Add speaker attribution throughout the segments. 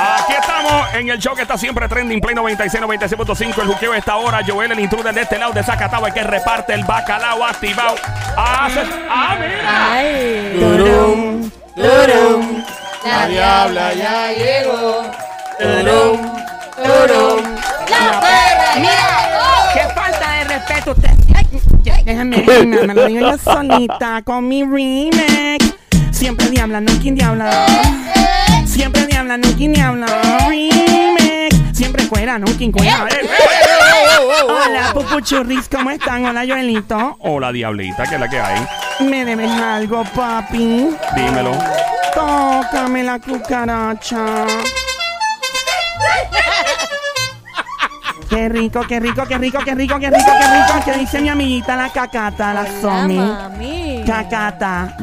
Speaker 1: Aquí estamos en el show que está siempre trending, Play 96, 96.5. El juqueo está ahora. Joel, el intruder de este lado de Zacatau, el que reparte el bacalao activado. Haces- ¡Ah, mira!
Speaker 2: Ay.
Speaker 3: Turum, turum, la diabla ya llegó. Turum, turum, la perra ya
Speaker 2: Qué falta de respeto usted. Ay, ya, déjame rimar, me lo digo yo solita con mi remix. Siempre diabla, no quien diabla. Siempre diabla, no quien diabla. Remix. Siempre cuera, no quien cuera.
Speaker 1: ¡Eh, eh, eh!
Speaker 2: Hola, pupuchurris, ¿cómo están? Hola, Joelito.
Speaker 1: Hola, diablita, que es la que hay.
Speaker 2: ¿Me debes algo, papi?
Speaker 1: Dímelo.
Speaker 2: Tócame la cucaracha. Qué rico, qué rico, qué rico, qué rico, qué rico, qué rico. ¿Qué dice mi amiguita la cacata, la Somi?
Speaker 3: mami.
Speaker 2: Cacata.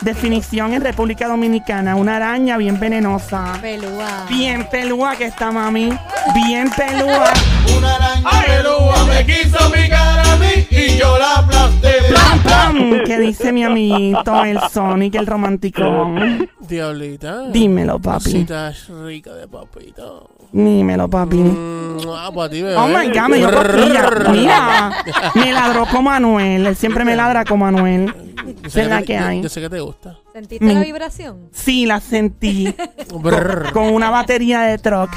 Speaker 2: Definición en República Dominicana. Una araña bien venenosa.
Speaker 3: Pelúa.
Speaker 2: Bien pelúa que está, mami. Bien pelúa.
Speaker 4: Una araña pelúa me quiso picar a mí y yo la aplasté.
Speaker 2: ¡Pam, pam! ¿Qué dice mi amiguito el Sonic, el romántico?
Speaker 5: Diablita.
Speaker 2: Dímelo, papi.
Speaker 5: Cositas ricas de papito.
Speaker 2: Dímelo, papi.
Speaker 5: Mm, ah, para ti, bebé.
Speaker 2: Oh my god, me dio cosquilla. Mira, me ladró con Manuel. Él siempre me ladra con Manuel.
Speaker 5: Yo
Speaker 2: Esa
Speaker 5: sé
Speaker 2: es la
Speaker 5: te-
Speaker 2: que
Speaker 5: yo-
Speaker 2: hay.
Speaker 5: Yo sé que te gusta.
Speaker 3: ¿Sentiste
Speaker 2: Me-
Speaker 3: la vibración?
Speaker 2: Sí, la sentí
Speaker 5: Brrr.
Speaker 2: con una batería de truck.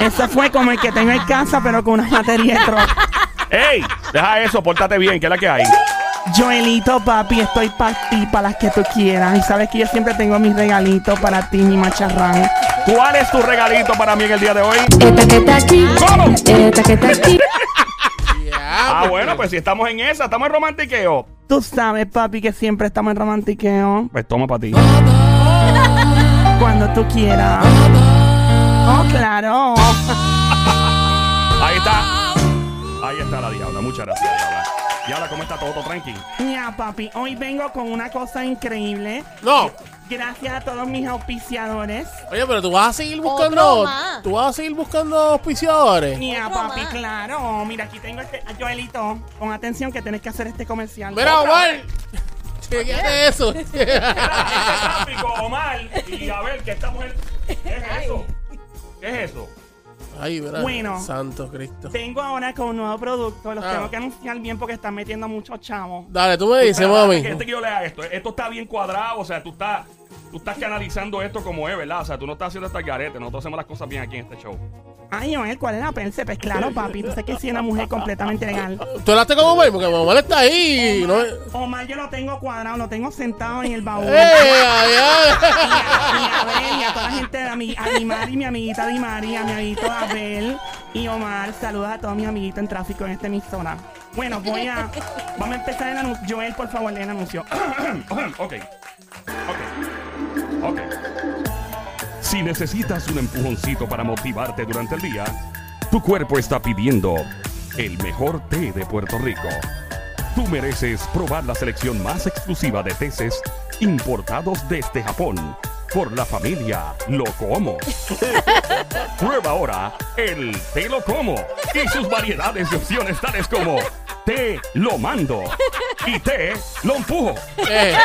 Speaker 2: Eso fue como el que tengo en casa, pero con una batería de truck.
Speaker 1: ¡Ey! Deja eso, pórtate bien, que es la que hay.
Speaker 2: Joelito, papi, estoy para ti, para las que tú quieras. Y sabes que yo siempre tengo mis regalitos para ti, mi macharrán.
Speaker 1: ¿Cuál es tu regalito para mí en el día de hoy?
Speaker 6: Eta que está aquí,
Speaker 1: ¿Cómo?
Speaker 6: eta que está aquí.
Speaker 1: Ah, bueno, pues si estamos en esa, estamos en romantiqueo.
Speaker 2: Tú sabes, papi, que siempre estamos en romantiqueo.
Speaker 1: Pues toma para ti.
Speaker 2: Cuando tú quieras. Oh, claro.
Speaker 1: Ahí está. Ahí está la diabla. Muchas gracias, diabla. Diabla, ¿cómo está todo? ¿Todo tranqui?
Speaker 2: Mira, papi, hoy vengo con una cosa increíble.
Speaker 5: No.
Speaker 2: Gracias a todos mis auspiciadores.
Speaker 5: Oye, pero tú vas a seguir
Speaker 3: Otro
Speaker 5: buscando.
Speaker 3: más.
Speaker 5: Tú vas a seguir buscando auspiciadores.
Speaker 2: Mira,
Speaker 3: Otro
Speaker 2: papi,
Speaker 3: más.
Speaker 2: claro. Mira, aquí tengo este. a Joelito, pon atención que tenés que hacer este comercial.
Speaker 5: Mira, Omar. Chequete eso.
Speaker 1: tráfico, Este Omar. Y a ver, que esta mujer. ¿Qué es eso? ¿Qué es eso?
Speaker 5: Ay, verdad.
Speaker 2: Bueno.
Speaker 5: Santo Cristo.
Speaker 2: Tengo ahora con un nuevo producto. Los
Speaker 5: Ah.
Speaker 2: tengo que anunciar bien porque están metiendo muchos chavos.
Speaker 5: Dale, tú me dices,
Speaker 1: Espérate,
Speaker 5: mami.
Speaker 1: que este que yo lea esto. Esto está bien cuadrado, o sea, tú estás, tú estás canalizando esto como es, ¿verdad? O sea, tú no estás haciendo estas garete. Nosotros hacemos las cosas bien aquí en este show.
Speaker 2: Ay, Joel, ¿cuál es la pelse? Pues claro, papi. Tú sabes que soy una mujer completamente legal.
Speaker 5: Tú hablaste con Omar porque Omar está ahí. No, ¡Eh!
Speaker 2: Omar, yo lo tengo cuadrado, lo tengo sentado en el baúl.
Speaker 5: ay, ay.
Speaker 2: Y a- y a Abel, y a toda la gente, a mi, a mi Mari, mi amiguita Di Mari, a mi amiguito Abel y Omar. Saludos a todos mis amiguitos en tráfico en esta emisora. Bueno, voy a. Vamos a empezar el anuncio. Joel, por favor, lee el anuncio.
Speaker 1: ok. Ok. Ok. Si necesitas un empujoncito para motivarte durante el día, tu cuerpo está pidiendo el mejor té de Puerto Rico. Tú mereces probar la selección más exclusiva de teces importados desde Japón por la familia Locomo. Prueba ahora el Te lo como y sus variedades de opciones tales como Te lo mando y Te lo empujo.
Speaker 5: Eh,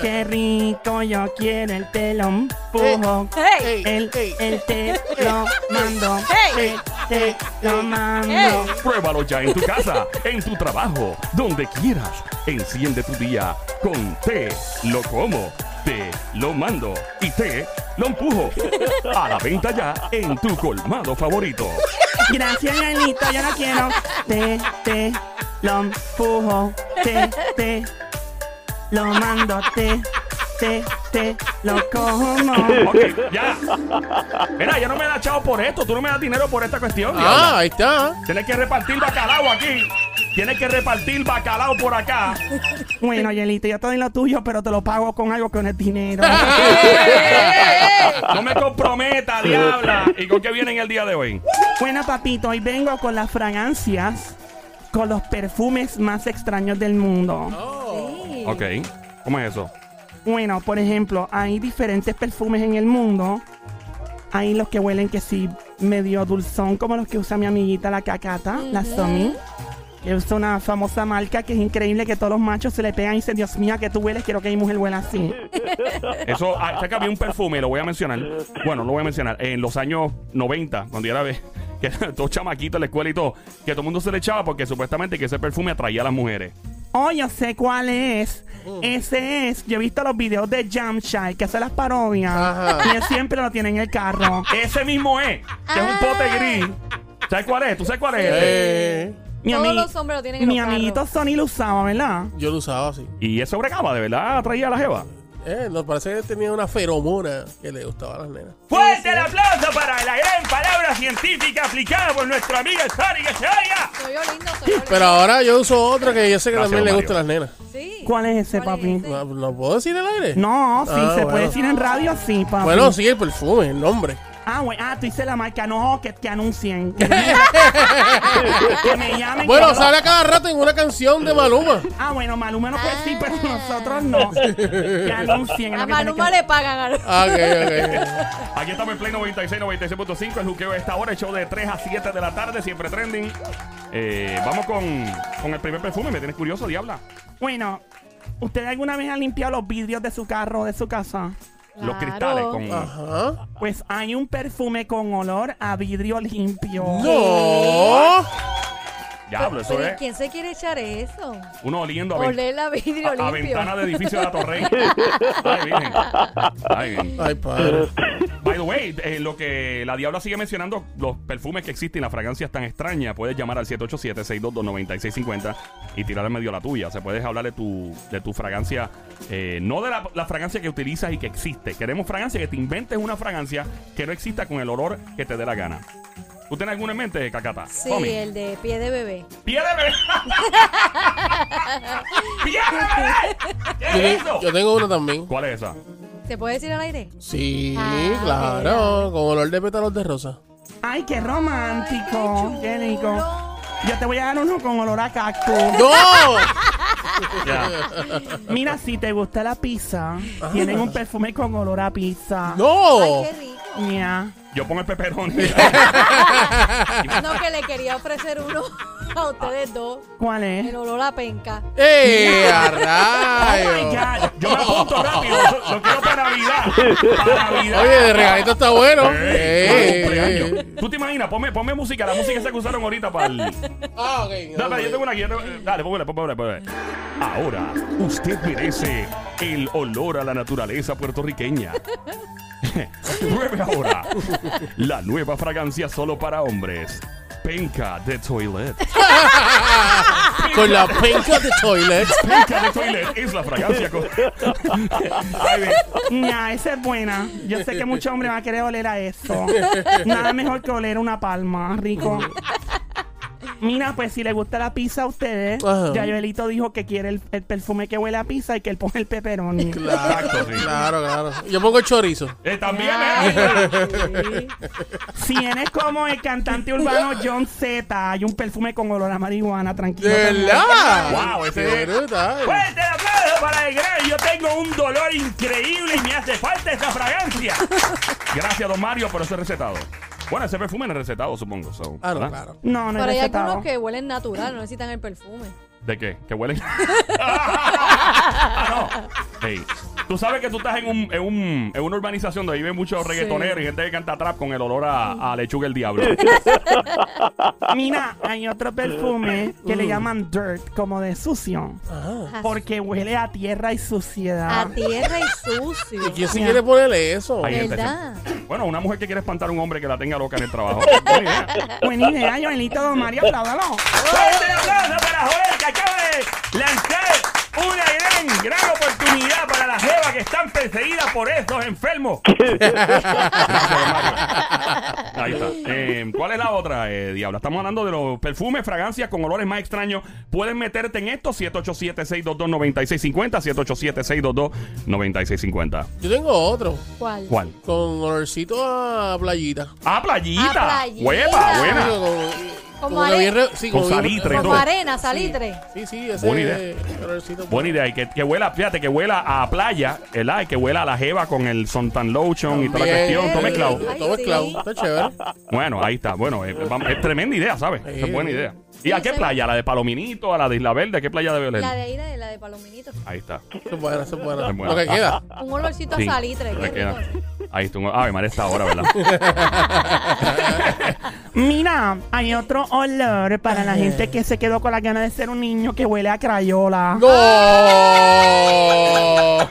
Speaker 2: Qué rico, yo quiero el telón. Pujo.
Speaker 3: ¡Hey!
Speaker 5: ey,
Speaker 2: El,
Speaker 5: ey.
Speaker 2: el te lo mando.
Speaker 3: Hey.
Speaker 2: El te lo mando.
Speaker 1: Pruébalo ya en tu casa, en tu trabajo, donde quieras. Enciende tu día con Te lo como, Te lo mando y Te lo empujo. A la venta ya en tu colmado favorito.
Speaker 2: Gracias, Joelito, yo no quiero. Te, te, lo empujo. Te, te, lo mando. Te, te, te, lo como.
Speaker 1: Ok, ya. Mira, ya no me das chavo por esto. Tú no me das dinero por esta cuestión. diabla.
Speaker 5: Ah, ahí está.
Speaker 1: Tienes que repartir bacalao aquí. Tienes que repartir bacalao por acá.
Speaker 2: Bueno, Joelito, yo te doy lo tuyo, pero te lo pago con algo que no es dinero.
Speaker 1: No me comprometa, diabla. ¿Y con qué viene en el día de hoy?
Speaker 2: bueno, papito, hoy vengo con las fragancias, con los perfumes más extraños del mundo.
Speaker 1: Ok. ¿Cómo es eso?
Speaker 2: Bueno, por ejemplo, hay diferentes perfumes en el mundo. Hay los que huelen que sí medio dulzón, como los que usa mi amiguita la cacata, la Somi. Es una famosa marca que es increíble que todos los machos se le pegan y dicen, Dios mío, que tú hueles, quiero que mi mujer huela así.
Speaker 1: Eso, ah, sé que había un perfume, lo voy a mencionar. Bueno, lo voy a mencionar. En los años 90, cuando yo era be- que eran todos chamaquitos en la escuela y todo, que todo el mundo se le echaba porque supuestamente que ese perfume atraía a las mujeres.
Speaker 2: Oh, yo sé cuál es. Ese es. Yo he visto los videos de Jamshai que hace las parodias.
Speaker 5: Ajá.
Speaker 2: Y él siempre lo tiene en el carro.
Speaker 1: Ese mismo es, que es un pote gris. ¿Sabes cuál es? ¿Tú sabes cuál es?
Speaker 5: Eh,
Speaker 2: Mi
Speaker 3: Todos
Speaker 2: ami-
Speaker 3: los hombres lo tienen en
Speaker 2: Mi
Speaker 3: los carros.
Speaker 2: amiguito Sony lo usaba, ¿verdad?
Speaker 5: yo lo usaba así.
Speaker 1: Y eso bregaba, de verdad, atraía a la jeva.
Speaker 5: Eh, nos parece que tenía una feromona que le gustaba a las nenas.
Speaker 1: Fuerte el aplauso para la gran palabra científica aplicada por nuestra amiga Sari Gacharia.
Speaker 3: Soy yo lindo, soy yo lindo.
Speaker 5: Pero ahora yo uso otro que yo sé que
Speaker 1: Gracias,
Speaker 5: también le
Speaker 1: Mario.
Speaker 5: gusta a las nenas.
Speaker 3: Sí.
Speaker 2: ¿Cuál es ese, papi?
Speaker 5: ¿No, no puedo decir el aire?
Speaker 2: No, sí,
Speaker 5: Ah,
Speaker 2: se
Speaker 5: bueno.
Speaker 2: puede decir en radio, sí, papi.
Speaker 5: Bueno, sí, el perfume, el nombre.
Speaker 2: Ah, güey, ah, tú dices la marca, no, que, que anuncien. que me llamen.
Speaker 5: Bueno,
Speaker 2: cabrón.
Speaker 5: sale a cada rato en una canción de Maluma.
Speaker 2: Ah, bueno, Maluma no puede decir, pero nosotros no. Que anuncien. es
Speaker 3: A
Speaker 2: lo que tiene
Speaker 3: Maluma
Speaker 2: que-
Speaker 3: le pagan. a-
Speaker 5: Ah, ok, ok.
Speaker 1: Aquí estamos en Play 96, 96.5. El juqueo de esta hora, el show de 3 a 7 de la tarde, siempre trending. Eh, vamos con, con el primer perfume. Me tienes curioso, diabla.
Speaker 2: Bueno, ¿ustedes alguna vez han limpiado los vidrios de su carro o de su casa?
Speaker 1: Los
Speaker 3: Claro. Ah.
Speaker 1: cristales con.
Speaker 5: Ajá.
Speaker 2: Pues hay un perfume con olor a vidrio limpio.
Speaker 5: No.
Speaker 1: Diablo, eso
Speaker 3: Pero, ¿y
Speaker 1: es.
Speaker 3: ¿Quién se quiere echar eso?
Speaker 1: Uno oliendo a, ven-
Speaker 3: Oler la vidrio
Speaker 1: a- a
Speaker 3: limpio.
Speaker 1: ventana de edificio de la Torre. Ay, virgen. Ay, virgen.
Speaker 5: Ay, padre.
Speaker 1: By the way, eh, lo que la diabla sigue mencionando, los perfumes que existen, las fragancias tan extrañas, puedes llamar al 787-622-9650 y tirar en medio la tuya. O sea, puedes hablar de tu, de tu fragancia, eh, no de la, la fragancia que utilizas y que existe. Queremos fragancia, que te inventes una fragancia que no exista con el olor que te dé la gana. ¿Tú tienes alguna en mente, Cacata?
Speaker 3: Sí,
Speaker 1: Tommy.
Speaker 3: el de pie de bebé.
Speaker 1: ¡Pie de bebé! ¡Pie de bebé! ¿Qué es eso?
Speaker 5: Yo tengo uno también.
Speaker 1: ¿Cuál es esa?
Speaker 3: ¿Se puede decir al aire?
Speaker 5: Sí,
Speaker 3: Ah,
Speaker 5: claro. Con olor de pétalos de rosa.
Speaker 2: Ay, qué romántico.
Speaker 3: Ay,
Speaker 2: qué
Speaker 3: qué
Speaker 2: rico.
Speaker 3: chulo.
Speaker 2: Yo te voy a dar uno con olor a cactus.
Speaker 5: ¡No!
Speaker 1: Ya.
Speaker 2: Mira, si te gusta la pizza, tienen un perfume con olor a pizza.
Speaker 5: Ah.
Speaker 4: Oh.
Speaker 5: ¡No!
Speaker 3: Ay, qué rico.
Speaker 2: Ya.
Speaker 1: Yo pongo el peperón.
Speaker 3: No, que le quería ofrecer uno a ustedes dos.
Speaker 2: ¿Cuál es?
Speaker 3: El olor a penca.
Speaker 5: ¡Eh, a
Speaker 2: Oh my
Speaker 5: rayos!
Speaker 2: God.
Speaker 1: Yo me apunto rápido. Lo, lo quiero para Navidad. Para Navidad.
Speaker 5: Oye, de regalito está bueno.
Speaker 1: Eh,
Speaker 5: Eh,
Speaker 1: para
Speaker 5: eh,
Speaker 1: cumpleaños. Tú te imaginas, ponme, ponme música, la música esa que usaron ahorita para el.
Speaker 5: eh. Ah, ok.
Speaker 1: Dale, dale, yo tengo una aquí, yo tengo- Dale, póngale, póngale, póngale. Ahora, usted merece el olor a la naturaleza puertorriqueña. Pruebe ahora la nueva fragancia solo para hombres. Penca de Toilet.
Speaker 5: Ah, Con la penca de toilet.
Speaker 1: Penca de Toilet es la fragancia con... Ay, ve.
Speaker 2: Ya, esa es buena. Yo sé que muchos hombres van a querer oler a eso. Nada mejor que oler una palma, rico. Mira, pues si le gusta la pizza a ustedes,
Speaker 5: Ajá.
Speaker 2: ya Joelito dijo que quiere el, el perfume que huele a pizza y que él pone el peperoni.
Speaker 5: Claro,
Speaker 1: Exacto, sí.
Speaker 5: claro, claro. Yo pongo el chorizo.
Speaker 1: Eh, también,
Speaker 3: Ay,
Speaker 1: eh.
Speaker 3: sí.
Speaker 2: Si eres como el cantante urbano John Z, hay un perfume con olor a marihuana, tranquilo.
Speaker 5: ¿De verdad?
Speaker 1: Wow, ese
Speaker 5: Qué
Speaker 1: es-
Speaker 5: brutal. Ah,
Speaker 1: ¡Fuerte el aplauso para el gran! Yo tengo un dolor increíble y me hace falta esa fragancia. Gracias, don Mario, por ese recetado. Bueno, ese perfume no es recetado, supongo. so,
Speaker 5: Ah, no,
Speaker 1: ¿verdad?
Speaker 5: claro.
Speaker 2: No, no
Speaker 3: Pero hay
Speaker 2: es recetado.
Speaker 3: algunos que huelen natural, no necesitan el perfume.
Speaker 1: ¿De qué? ¿Que huelen? ah, no. Ey, Tú sabes que tú estás en, un, en, un- en una urbanización donde viven muchos reggaetoneros y gente que canta trap con el olor a, a lechuga el diablo.
Speaker 2: Mira, hay otro perfume que le llaman dirt, como de sucio.
Speaker 5: Ajá.
Speaker 2: Porque huele a tierra y suciedad.
Speaker 3: A tierra y sucio.
Speaker 5: ¿Y quién se quiere ponerle eso?
Speaker 1: Ay, gente,
Speaker 3: ¿Verdad?
Speaker 1: sí. Bueno, una mujer que quiere espantar a un hombre que la tenga loca en el trabajo. Buena idea.
Speaker 2: Buena idea, Joelito Don Mario, apláudalo.
Speaker 1: Fuerte el aplauso para Joel que acaba de lanzar una gran, gran oportunidad para las jevas que están perseguidas por estos enfermos. Ahí está. Eh, ¿Cuál es la otra, eh, Diabla? Estamos hablando de los perfumes, fragancias con olores más extraños. Pueden meterte en esto, 787-622-9650, 787-622-9650.
Speaker 5: Yo tengo otro.
Speaker 3: ¿Cuál?
Speaker 1: ¿Cuál?
Speaker 5: Con olorcito a playita.
Speaker 1: Ah, playita.
Speaker 3: Ah, playita.
Speaker 1: Hueva, buena.
Speaker 5: Digo, como- como
Speaker 3: are-
Speaker 5: que bien re- sí,
Speaker 1: Con
Speaker 5: como bien-
Speaker 1: salitre y
Speaker 3: Como
Speaker 1: todo.
Speaker 3: arena, salitre.
Speaker 5: Sí, sí, ese
Speaker 1: Buena idea.
Speaker 5: olorcito.
Speaker 1: Buena idea, y que, que huela, fíjate, que huela a playa, ¿verdad? Y que huela a la jeva con el Sontan Lotion y toda la
Speaker 5: Bien.
Speaker 1: cuestión, todo mezclado.
Speaker 3: Ay,
Speaker 5: Todo mezclado.
Speaker 3: sí.
Speaker 5: Está chévere.
Speaker 1: Bueno, ahí está. Bueno, es, vam- es tremenda idea, ¿sabes? es buena idea. ¿Y a
Speaker 3: Sí,
Speaker 1: qué
Speaker 3: sí.
Speaker 1: playa? ¿A ¿La de Palominito? ¿A la de Isla Verde? ¿A qué playa de
Speaker 3: La
Speaker 1: Violeta?
Speaker 3: de ahí, la de, la de Palominito.
Speaker 1: Ahí está.
Speaker 5: Eso es bueno, eso es bueno.
Speaker 1: Es bueno.
Speaker 5: Lo que queda.
Speaker 3: Un olorcito
Speaker 1: Sí,
Speaker 3: a salitre.
Speaker 1: le
Speaker 3: Qué
Speaker 1: queda.
Speaker 3: rico.
Speaker 1: Ahí está. un- Ave María está ahora, ¿verdad?
Speaker 2: Mira, hay otro olor para la gente que se quedó con la gana de ser un niño que huele a crayola.
Speaker 5: ¡No!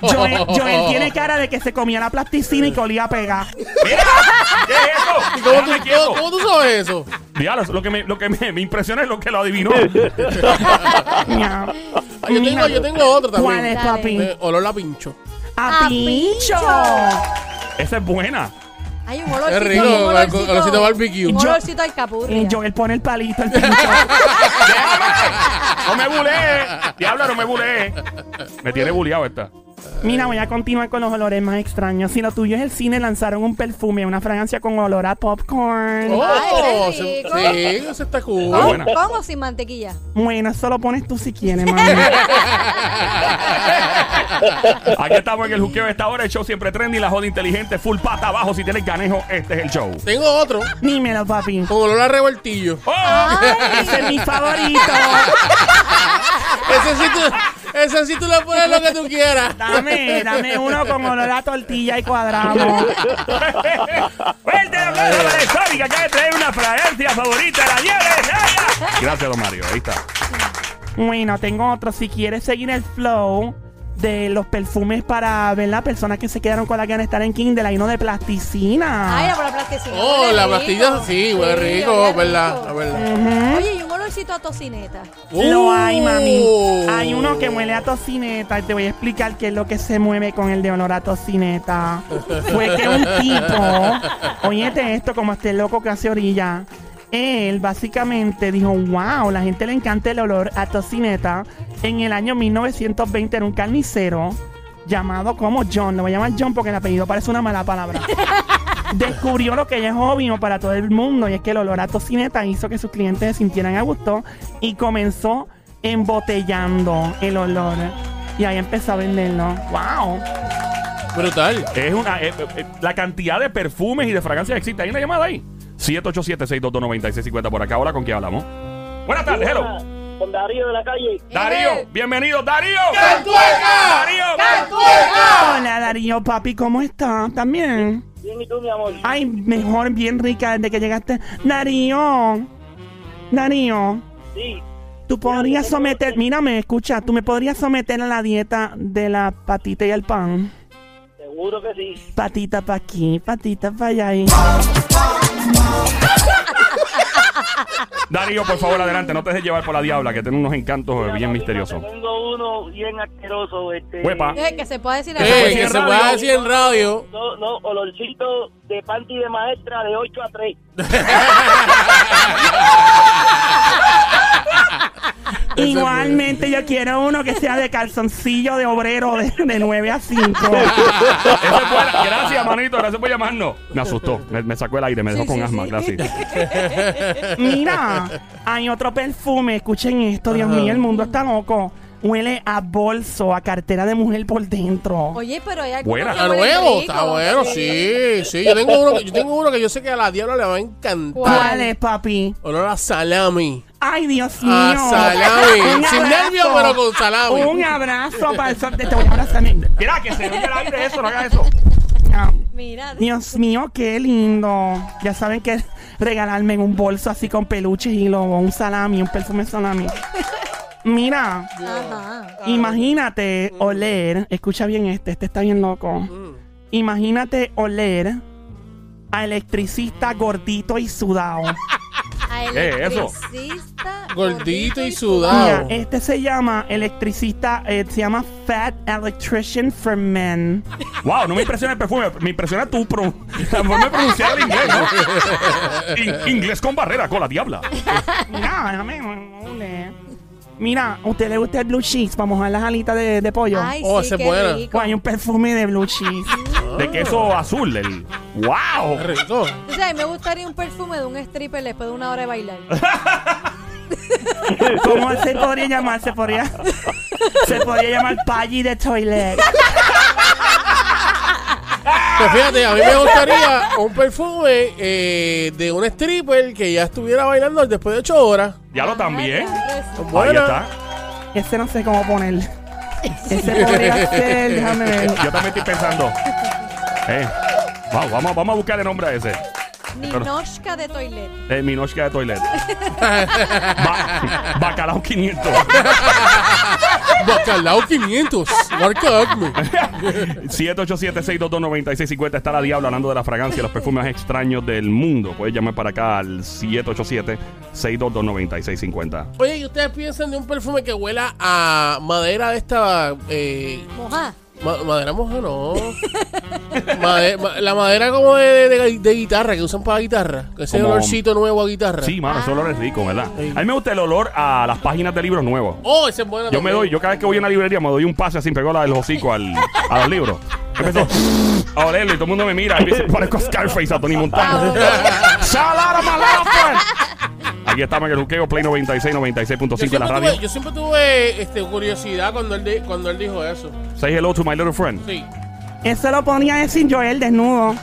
Speaker 2: Joel, Joel tiene cara de que se comía la plasticina y que olía a pegar.
Speaker 1: ¡Mira! ¿Qué es eso?
Speaker 5: ¿Cómo
Speaker 1: Déjame
Speaker 5: tú,
Speaker 1: quieto.
Speaker 5: cómo- cómo tú sabes eso? Ah,
Speaker 1: Diablos, lo que, me, lo que me, me impresiona es lo que lo adivinó.
Speaker 2: Ya.
Speaker 5: Ah, yo,
Speaker 2: Mira.
Speaker 5: tengo, yo tengo otro
Speaker 2: ¿Cuál
Speaker 5: también.
Speaker 2: es,
Speaker 3: Dale.
Speaker 2: papi?
Speaker 5: Eh, olor a pincho.
Speaker 2: A
Speaker 3: A
Speaker 2: pincho.
Speaker 1: Esa es buena.
Speaker 3: Hay un olorcito.
Speaker 5: Es rico,
Speaker 3: un
Speaker 5: algo- olorcito a barbecue.
Speaker 3: Un
Speaker 5: Yo-
Speaker 3: olorcito al
Speaker 2: Y
Speaker 3: capurria.
Speaker 2: Eh, Joel pone el palito al pincho.
Speaker 1: ¡No me buleé! Diablo, no me buleé. Me tiene buleado esta.
Speaker 2: Mira, voy a continuar con los olores más extraños. Si lo tuyo es el cine, lanzaron un perfume, una fragancia con olor a popcorn.
Speaker 5: ¡Oh!
Speaker 3: qué
Speaker 5: se-
Speaker 3: rico.
Speaker 5: Sí, eso está cool.
Speaker 1: Ah,
Speaker 3: ¿Con,
Speaker 1: buena.
Speaker 3: con o sin mantequilla?
Speaker 2: Bueno, eso lo pones tú si quieres, mami.
Speaker 1: Aquí estamos en el juqueo de esta hora. El show siempre trendy, la joda inteligente, full pata abajo. Si tienes ganejo, este es el show.
Speaker 5: Tengo otro
Speaker 2: Dímelo, papi.
Speaker 5: con olor a revoltillo.
Speaker 1: ¡Oh!
Speaker 2: Ese es mi favorito.
Speaker 5: Ese sí tú, ese sí tú le pones lo que tú quieras.
Speaker 2: Dame, dame uno con olor a tortilla y cuadrado.
Speaker 1: ¡Fuerte el aplauso para Sonic! Acaba de traer una fragancia favorita de la nieve. Gracias, don Mario. Ahí está.
Speaker 2: Bueno, tengo otro. Si quieres seguir el flow de los perfumes para ver las personas que se quedaron con la ganas de estar en Kindle, hay uno de plasticina.
Speaker 3: Ay, la para plasticina.
Speaker 5: Oh,
Speaker 3: huele
Speaker 5: la
Speaker 3: rico.
Speaker 5: pastilla sí, huele rico,
Speaker 3: huele
Speaker 5: verdad, la
Speaker 3: rico.
Speaker 5: verdad.
Speaker 3: Oye, y un olorcito a tocineta.
Speaker 2: Lo hay, mami.
Speaker 5: Uh.
Speaker 2: Hay uno que huele a tocineta y te voy a explicar qué es lo que se mueve con el de olor a tocineta. Fue que un tipo, óyete esto como este loco que hace orilla. Él básicamente dijo, wow, la gente le encanta el olor a tocineta. En el año 1920 era un carnicero llamado como John, lo voy a llamar John porque el apellido parece una mala palabra. descubrió lo que ya es obvio para todo el mundo y es que el olor a tocineta hizo que sus clientes se sintieran a gusto y comenzó embotellando el olor y ahí empezó a venderlo. ¡Wow!
Speaker 5: Brutal.
Speaker 1: Es una, eh, eh, la cantidad de perfumes y de fragancias que existe. Hay una llamada ahí. 787-622-9650 por acá. Hola, ¿con quién hablamos? Buenas tardes, hello.
Speaker 7: Con Darío de la calle.
Speaker 1: Darío, bienvenido, Darío.
Speaker 5: ¡Cantueca!
Speaker 1: Darío,
Speaker 2: Hola Darío, papi, ¿cómo estás? ¿También?
Speaker 7: Bien, ¿y tú, mi amor?
Speaker 2: Ay, mejor, bien rica desde que llegaste. Darío, Darío,
Speaker 7: Sí.
Speaker 2: tú podrías someter, mírame, escucha, tú me podrías someter a la dieta de la patita y el pan.
Speaker 7: Seguro que sí.
Speaker 2: Patita pa' aquí, patita pa' allá. y-
Speaker 1: Darío, por favor, adelante. No te dejes llevar por la diabla, que tiene unos encantos eh, bien misteriosos.
Speaker 7: Tengo uno bien asqueroso. Este,
Speaker 2: Ah.
Speaker 1: Huepa.
Speaker 3: Eh, que se puede decir
Speaker 1: se puede
Speaker 5: Eh,
Speaker 1: decir
Speaker 5: que
Speaker 1: en
Speaker 5: se
Speaker 1: radio.
Speaker 5: puede decir en radio.
Speaker 7: No, no, olorcito de panty de maestra de 8 a 3.
Speaker 2: Igualmente yo quiero uno que sea de calzoncillo de obrero de, de 9 a 5.
Speaker 1: Esa es buena. Gracias, manito. Gracias por llamarnos. Me asustó. Me, me sacó el aire. Me dejó
Speaker 3: Sí,
Speaker 1: con
Speaker 3: sí,
Speaker 1: asma.
Speaker 3: sí.
Speaker 1: Gracias.
Speaker 2: Mira, hay otro perfume, escuchen esto, Dios mío, el mundo está loco. Huele a bolso, a cartera de mujer por dentro.
Speaker 3: Oye, pero hay algo.
Speaker 1: Buena.
Speaker 5: Está nuevo, está bueno, sí, sí. Yo tengo uno, yo tengo uno que yo sé que a la diabla le va a encantar.
Speaker 2: ¿Cuál es, papi?
Speaker 5: Olor a salami.
Speaker 2: Ay, Dios mío.
Speaker 5: A salami.
Speaker 2: Un
Speaker 5: Ah, Sin
Speaker 2: abrazo.
Speaker 5: nervios, pero con salami.
Speaker 2: Un abrazo para el sol. Te voy a abrazar. nene.
Speaker 1: Mira, que se oye el aire eso. No hagas eso.
Speaker 2: Ah,
Speaker 3: Mira,
Speaker 2: Dios mío, qué lindo. Ya saben que regalarme un bolso así con peluches y lobo, un salami, un perfume salami. Mira,
Speaker 3: Ah. ajá.
Speaker 2: imagínate oler, escucha bien este, este está bien loco. Imagínate oler a electricista gordito y sudado.
Speaker 3: A
Speaker 1: ¿Qué es eso?
Speaker 3: electricista,
Speaker 5: Gordito y
Speaker 2: Mira,
Speaker 5: sudado.
Speaker 2: este se llama electricista, eh, se llama Fat Electrician for Men.
Speaker 1: Wow, no me impresiona el perfume, me impresiona tu pro. La forma de pronunciar el inglés. ¿no? In- inglés con barrera, con la diabla.
Speaker 2: Mira, déjame, ole. Mira, ¿a usted le gusta el blue cheese para mojar las alitas de, de pollo?
Speaker 3: Ay,
Speaker 5: Oh,
Speaker 3: sí,
Speaker 5: ese
Speaker 3: qué
Speaker 5: buena.
Speaker 2: Pues
Speaker 3: rico.
Speaker 2: hay un perfume de blue cheese.
Speaker 1: De queso azul, el. ¡Wow!
Speaker 5: Qué rico.
Speaker 3: O sea, a mí me gustaría un perfume de un stripper después de una hora de bailar.
Speaker 2: ¿Cómo se podría llamar? Se podría, se podría llamar Paggy de Toilet.
Speaker 5: Pues fíjate, a mí me gustaría un perfume eh, de un stripper que ya estuviera bailando después de 8 horas.
Speaker 1: Ya lo Ah, también. Ahí
Speaker 5: Bueno.
Speaker 1: está.
Speaker 2: Ese no sé cómo ponerle. Ese podría ser, déjame ver.
Speaker 1: Yo también estoy pensando. Eh, wow, vamos, vamos a buscar el nombre a ese.
Speaker 3: Ninoshka de Toilet.
Speaker 1: Eh, Minoshka de Toilet. Ba- bacalao 500.
Speaker 5: Bacalao 500. Marca Acme.
Speaker 1: 787-622-9650 está la diabla hablando de la fragancia, los perfumes más extraños del mundo. Puedes llamar para acá al 787-622-9650.
Speaker 5: Oye, ¿y ustedes piensan de un perfume que huela a madera de esta... eh,
Speaker 3: Moja.
Speaker 5: ma- madera moja, no. Made- ma- la madera como de, de- de guitarra, que usan para guitarra. Ese
Speaker 1: Como-
Speaker 5: olorcito nuevo a guitarra.
Speaker 1: Sí, mano, ese olor es rico, ¿verdad? A mí me gusta el olor a las páginas de libros nuevos.
Speaker 5: Oh, ese es bueno
Speaker 1: Yo me doy, yo cada vez que voy a una librería me doy un pase así, pegó la del hocico al, a los libros. Empezó a olerlo y todo el mundo me mira. Y me dice, parezco a Scarface, a Tony Montana. ¡Salara Malafa! Aquí estamos en el Luqueo Play 96, 96.5 de la radio.
Speaker 5: Tuve, yo siempre tuve este, curiosidad cuando él, di- cuando él dijo eso.
Speaker 1: Say hello to my little friend.
Speaker 5: Sí.
Speaker 2: Eso lo podría decir Joel desnudo.